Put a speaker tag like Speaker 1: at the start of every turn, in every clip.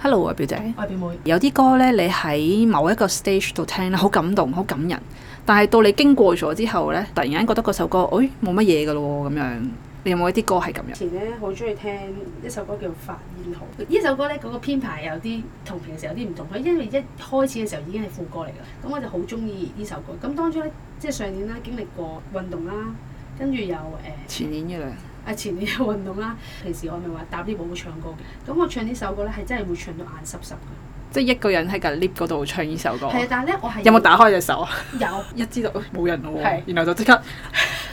Speaker 1: Hello 啊，表姐。
Speaker 2: 我係表妹，
Speaker 1: 有啲歌呢，你喺某一個 stage 度聽咧，好感動，好感人。但係到你經過咗之後呢，突然間覺得嗰首歌，誒冇乜嘢噶咯喎咁樣。你有冇一啲歌係咁
Speaker 2: 以
Speaker 1: 樣？
Speaker 2: 前咧好中意聽一首歌叫《發現號》。呢首歌咧嗰個編排有啲同平時有啲唔同，佢因為一開始嘅時候已經係副歌嚟㗎，咁我就好中意呢首歌。咁當初咧即係上年啦，經歷過運動啦，跟住又誒。呃
Speaker 1: 前年嘅啦，
Speaker 2: 啊前年有運動啦，平時我咪話搭 lift 我會唱歌嘅，咁我唱呢首歌咧係真係會唱到眼濕濕嘅，
Speaker 1: 即係一個人喺隔 lift 嗰度唱呢首歌。
Speaker 2: 係啊，但係咧我係
Speaker 1: 有冇打開隻手啊？
Speaker 2: 有
Speaker 1: 一知道哎冇人咯喎
Speaker 2: 係，
Speaker 1: 然後就即 刻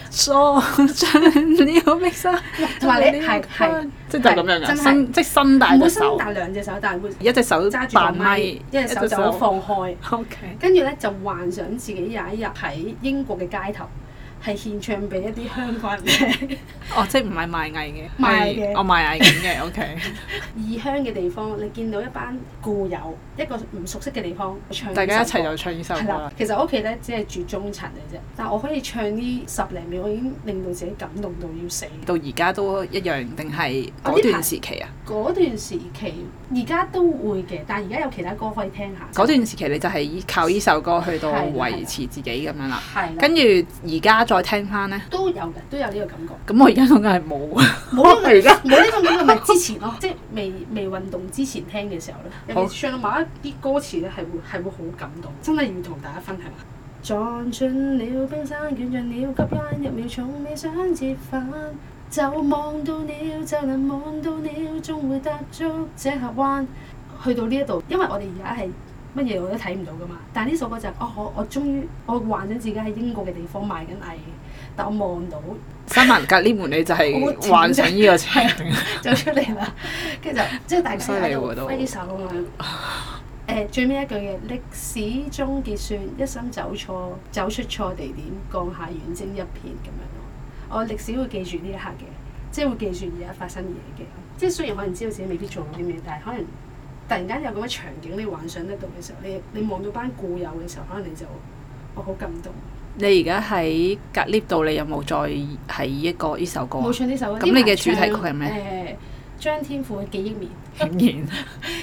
Speaker 1: 喪盡了碧生，
Speaker 2: 同埋你係係
Speaker 1: 即係就咁樣
Speaker 2: 係真
Speaker 1: 㗎，
Speaker 2: 係
Speaker 1: 伸即係伸大
Speaker 2: 唔會
Speaker 1: 隻
Speaker 2: 伸
Speaker 1: 手，
Speaker 2: 大兩隻手，但係會
Speaker 1: 一隻手
Speaker 2: 揸住個
Speaker 1: 扮
Speaker 2: 咪，
Speaker 1: 咪，
Speaker 2: 一隻手就好放開，
Speaker 1: 放。O K，
Speaker 2: 跟住咧就幻想自己有一日喺英國嘅街頭係獻唱俾一啲香港 人嘅
Speaker 1: 哦，即係唔係賣藝嘅，
Speaker 2: 賣嘅
Speaker 1: 係我賣藝緊嘅。O K，
Speaker 2: 異鄉嘅地方，你見到一班故友一個唔熟悉嘅地方唱呢首歌，
Speaker 1: 大家一齊就唱呢首
Speaker 2: 係
Speaker 1: 歌
Speaker 2: 啦
Speaker 1: 啦，。
Speaker 2: 其實我屋企咧只係住中層嘅啫，但我可以唱呢十零秒，我已經令到自己感動到要死。
Speaker 1: 到而家都一樣，定係
Speaker 2: 我
Speaker 1: 嗰
Speaker 2: 呢排
Speaker 1: 段時期啊？
Speaker 2: 嗰段時期，而家都會嘅，但係而家有其他歌可以聽下。
Speaker 1: 嗰段時期你就係依靠呢首歌去到
Speaker 2: 係啦係啦
Speaker 1: 維持自己咁樣啦。
Speaker 2: 係啦，
Speaker 1: 跟住而家再聽翻呢，
Speaker 2: 都有嘅，都有呢個 感覺。
Speaker 1: 咁我而家講緊係冇。
Speaker 2: 冇呢、
Speaker 1: 而家
Speaker 2: 個冇呢種感覺，咪之前咯，即係未未運動之前聽嘅時候咧，
Speaker 1: 好
Speaker 2: 尤其是唱到某一啲歌詞咧，係會係會好感動，真係要同大家分享。撞進了冰山，捲進了急彎，一秒從未想折返，就望到了，就能望到了，終會踏足這峽灣。去到呢一度，因為我哋而家係。乜嘢我都睇唔到噶嘛，但係呢首歌就係、哦，我我終於我幻想自己喺英國嘅地方賣緊藝，但我望到
Speaker 1: 新聞隔呢門你就
Speaker 2: 我
Speaker 1: 係
Speaker 2: 前
Speaker 1: 幻想呢個情景。
Speaker 2: 走出嚟啦，跟住就即係大家喺
Speaker 1: 好犀利喎
Speaker 2: 度
Speaker 1: 都
Speaker 2: 揮手咁樣。誒、最尾一句嘅歷史終結算，一心走錯，走出錯地點，降下遠征一片咁樣咯。我歷史會記住呢一刻嘅，即係會記住而家發生嘅嘢嘅。即係雖然可能知道自己未必做過啲咩，但係可能突然間有咁嘅場景，你幻想得到嘅時候，你你望到班故友嘅時候，可能你就我好感動。
Speaker 1: 你而家喺隔 lift 度，你有冇再喺一個呢首歌啊？
Speaker 2: 冇唱呢首歌，
Speaker 1: 咁你嘅
Speaker 2: 呢排
Speaker 1: 主題曲
Speaker 2: 唱
Speaker 1: 係
Speaker 2: 誒張天賦嘅《記憶面》。
Speaker 1: 顯然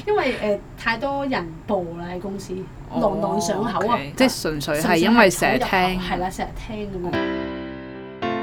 Speaker 2: 因為誒、呃太多人報啦喺公司，朗朗上口
Speaker 1: 哦
Speaker 2: 啊
Speaker 1: ，，OK 即係純粹係因為成日聽。哦
Speaker 2: 係啦，成日聽咁樣。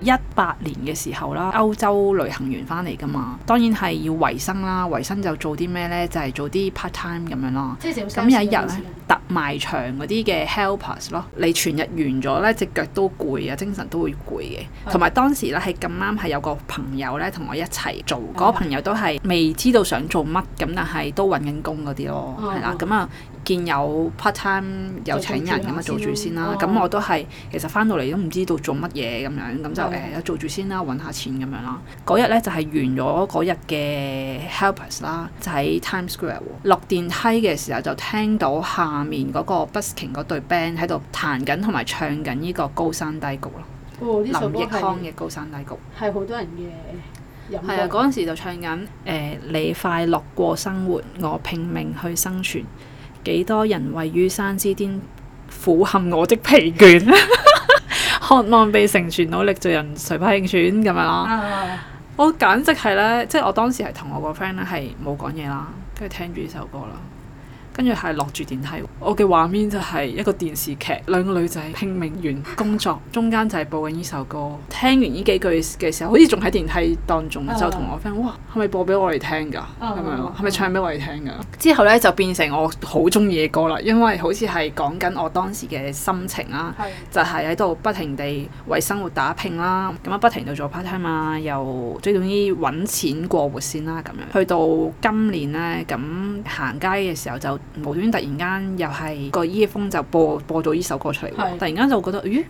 Speaker 1: 一八年嘅時候啦，歐洲旅行完翻嚟噶嘛，當然係要維生啦。維生就做啲咩呢？就係、做啲 part time 咁樣啦。
Speaker 2: 即係就要
Speaker 1: 咁有一日
Speaker 2: 咧，
Speaker 1: 咧，特賣場嗰啲嘅 helpers 咯，你全日完咗咧，只腳都攰啊，精神都會攰嘅。
Speaker 2: 係
Speaker 1: 同埋當時咧係咁啱係有個朋友咧同我一齊做，嗰、個
Speaker 2: 啊
Speaker 1: 朋友都係未知道想做乜，咁但係都揾緊工嗰啲咯，
Speaker 2: 哦
Speaker 1: 係啦
Speaker 2: 哦。
Speaker 1: 咁啊，見有 part time 有請人咁啊，做
Speaker 2: 做
Speaker 1: 住
Speaker 2: 住
Speaker 1: 先
Speaker 2: 先
Speaker 1: 啦
Speaker 2: 啦。
Speaker 1: 咁、
Speaker 2: 哦
Speaker 1: 我都係其實翻到嚟都唔知道做乜嘢咁樣，咁就誒、
Speaker 2: 係
Speaker 1: 呃做住先啦，揾下錢咁樣啦。嗰日咧就係完咗嗰日嘅 helpers 啦，就喺 Times Square 喎落電梯嘅時候就聽到下面嗰個 busking 嗰隊 band 喺度彈緊同埋唱緊呢個高山低谷咯，
Speaker 2: 哦呢首歌
Speaker 1: 林奕康
Speaker 2: 係
Speaker 1: 嘅高山低谷。
Speaker 2: 係好多人嘅飲歌。
Speaker 1: 係啊，嗰陣時就唱緊誒、呃你快樂過生活，我拼命去生存。幾多人位於山之巔，俯瞰我的疲倦， 渴望被成全努力罪人誰不興喘咁樣啦。
Speaker 2: 啊，
Speaker 1: 我簡直係咧，即係我當時係同我個 friend 咧係冇講嘢啦，跟住聽住呢首歌啦，跟住係落住電梯。我嘅畫面就係一個電視劇，兩個女仔拼命完工作，中間就係播緊呢首歌。聽完呢幾句嘅時候，好似仲喺電梯當中，
Speaker 2: 啊
Speaker 1: 就同我 friend 哇，係咪播俾我哋聽㗎？咁樣咯
Speaker 2: 啊，
Speaker 1: 係咪唱俾我哋聽㗎？之哦後咧就變成我好中意嘅歌啦，因為好似係講緊我當時嘅心情啦。
Speaker 2: 係
Speaker 1: 就係喺度不停地為生活打拼啦，咁啊不停地做 part time 啊，又即係總之揾錢過活先啦咁樣。去到今年呢，咁行街嘅時候就無端突然間又係個 e a 風就播播咗呢首歌出嚟喎，
Speaker 2: 係
Speaker 1: 突然間就覺得咦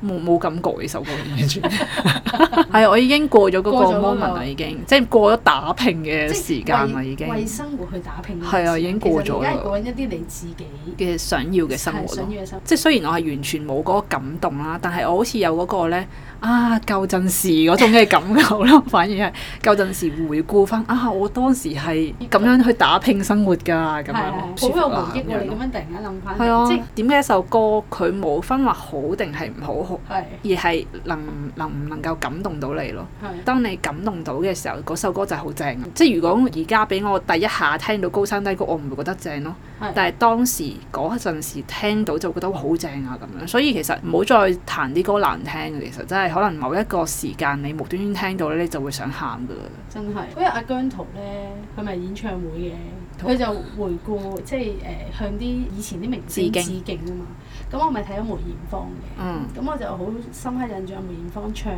Speaker 1: 冇冇感覺呢首歌完 全 係我已經過咗嗰個
Speaker 2: 過咗嗰個
Speaker 1: moment 啦，已經即係過咗打拼嘅時
Speaker 2: 即係
Speaker 1: 間啦，
Speaker 2: 為
Speaker 1: 已經
Speaker 2: 為生活去打拼。
Speaker 1: 係啊已經過咗
Speaker 2: 其實而家係
Speaker 1: 啦
Speaker 2: 講緊一啲你自己
Speaker 1: 嘅想要嘅生活
Speaker 2: 係
Speaker 1: 咯
Speaker 2: 想。要嘅生活。
Speaker 1: 即係雖然我係完全冇嗰個感動啦，但係我好似有嗰個咧啊舊陣時嗰種嘅感覺咯，反而係舊陣時回顧翻啊，我當時係咁樣去打拼生活㗎，咁
Speaker 2: 係
Speaker 1: 樣
Speaker 2: 啊
Speaker 1: 咯
Speaker 2: 係好有回
Speaker 1: 舒
Speaker 2: 憶
Speaker 1: 服啦咁
Speaker 2: 喎！
Speaker 1: 樣
Speaker 2: 你咁
Speaker 1: 咯
Speaker 2: 樣突然間諗翻，
Speaker 1: 係啊
Speaker 2: 即係，
Speaker 1: 點解一首歌佢冇分話好定係唔好，好，
Speaker 2: 係
Speaker 1: 而係能能唔能夠感動到你咯。
Speaker 2: 係
Speaker 1: 當你感動到嘅時候，嗰首歌就係好正。即係如果而家俾我第一下聽到高山低谷，我唔會覺得正咯。
Speaker 2: 係
Speaker 1: 但係當時嗰陣時聽到就覺得哇好正啊咁樣。所以其實唔好再彈啲歌難聽嘅，其實真係可能某一個時間你無端端聽到咧，你就會想喊噶啦。
Speaker 2: 真係，因為阿姜濤咧，佢咪演唱會嘅，佢就回顧即係誒、呃向啲以前啲明星
Speaker 1: 致
Speaker 2: 致
Speaker 1: 敬
Speaker 2: 敬啊嘛。咁我咪睇咗梅艷芳嘅，
Speaker 1: 嗯
Speaker 2: 咁我就好深刻印象梅艷芳唱《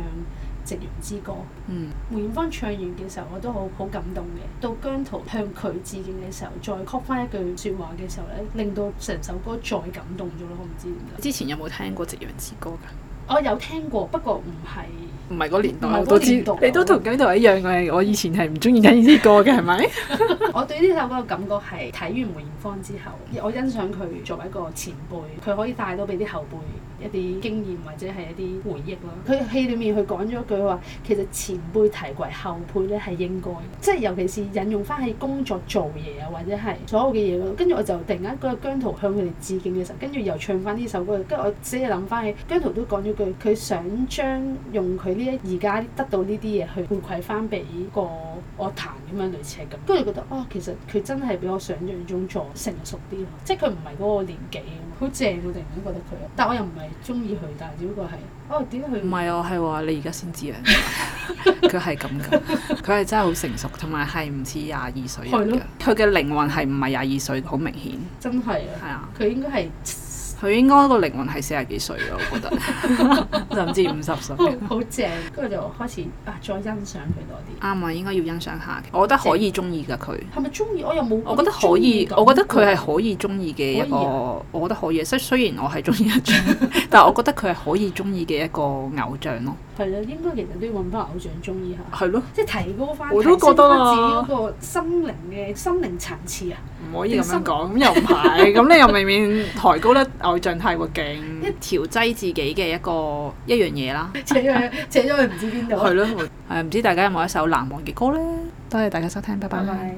Speaker 2: 夕陽之歌》。
Speaker 1: 嗯，
Speaker 2: 梅艷芳唱完嘅時候，我都好好感動嘅。到姜濤向佢致敬嘅時候，再 call 翻一句説話嘅時候咧，令到成首歌再感動咗咯。我唔知點解。
Speaker 1: 之前有冇聽過《夕陽之歌》㗎？
Speaker 2: 我有聽過，不過唔係
Speaker 1: 唔係嗰年代，
Speaker 2: 唔係嗰
Speaker 1: 我都知
Speaker 2: 年代
Speaker 1: 你都同姜濤一樣嘅。我以前係唔中意聽呢啲歌嘅，係咪？
Speaker 2: 我對呢首歌嘅感覺係睇完梅艷芳之後，我欣賞佢作為一個前輩，佢可以帶到俾啲後輩一啲經驗或者係一啲回憶咯。佢戲裡面佢講咗一句話，其實前輩提攜後輩咧係應該嘅，即係尤其是引用翻喺工作做嘢啊，或者係所有嘅嘢咯。跟住我就突然間嗰個姜濤向佢哋致敬嘅時候，跟住又唱翻呢首歌，跟住我只係諗翻起姜濤都講咗句，佢想將用佢呢一而家得到呢啲嘢去回饋翻俾個樂壇咁樣類似係咁，跟住覺得哦，其實佢真係比我想象中再成熟啲咯，即係佢唔係嗰個年紀咁，好正我突然間覺得佢，但我又唔係中意佢，但係只不過係哦點解佢
Speaker 1: 唔係我係話你而家先 知啊！佢係咁噶，佢係真係好成熟，同埋係唔似廿二歲人
Speaker 2: 係
Speaker 1: 㗎。佢嘅靈魂係唔係廿二歲，好明顯
Speaker 2: 真係啊？
Speaker 1: 係啊！
Speaker 2: 佢應該係
Speaker 1: 佢應該個靈魂係四十幾歲嘅，我覺 得，甚至五十歲。
Speaker 2: 好哦好正，跟住就開始啊再欣賞佢多啲。
Speaker 1: 啱啊，應該要欣賞下嘅。我覺得可以中意㗎佢，
Speaker 2: 係咪中意？我又冇。
Speaker 1: 我覺得可以，我覺得佢係
Speaker 2: 好。
Speaker 1: 可以啊中意嘅一個
Speaker 2: 可以，
Speaker 1: 我覺得可以。雖雖然我係中意一張， 但係我覺得佢係可以中意嘅一個偶像咯。
Speaker 2: 係啦，應該其實都要揾翻偶像中意下，
Speaker 1: 係咯，
Speaker 2: 即係提高翻
Speaker 1: 我都覺得啊
Speaker 2: 自己嗰個心靈嘅心靈層次啊！
Speaker 1: 唔可以咁樣講，咁又唔 係，咁你又未免抬高得偶像太過勁，一調劑自己嘅一個一樣嘢啦。
Speaker 2: 扯咗扯咗去唔知邊度。
Speaker 1: 係咯，誒唔知大家有冇一首難忘嘅歌呢？多謝大家收聽，拜
Speaker 2: 拜
Speaker 1: 拜。
Speaker 2: 拜。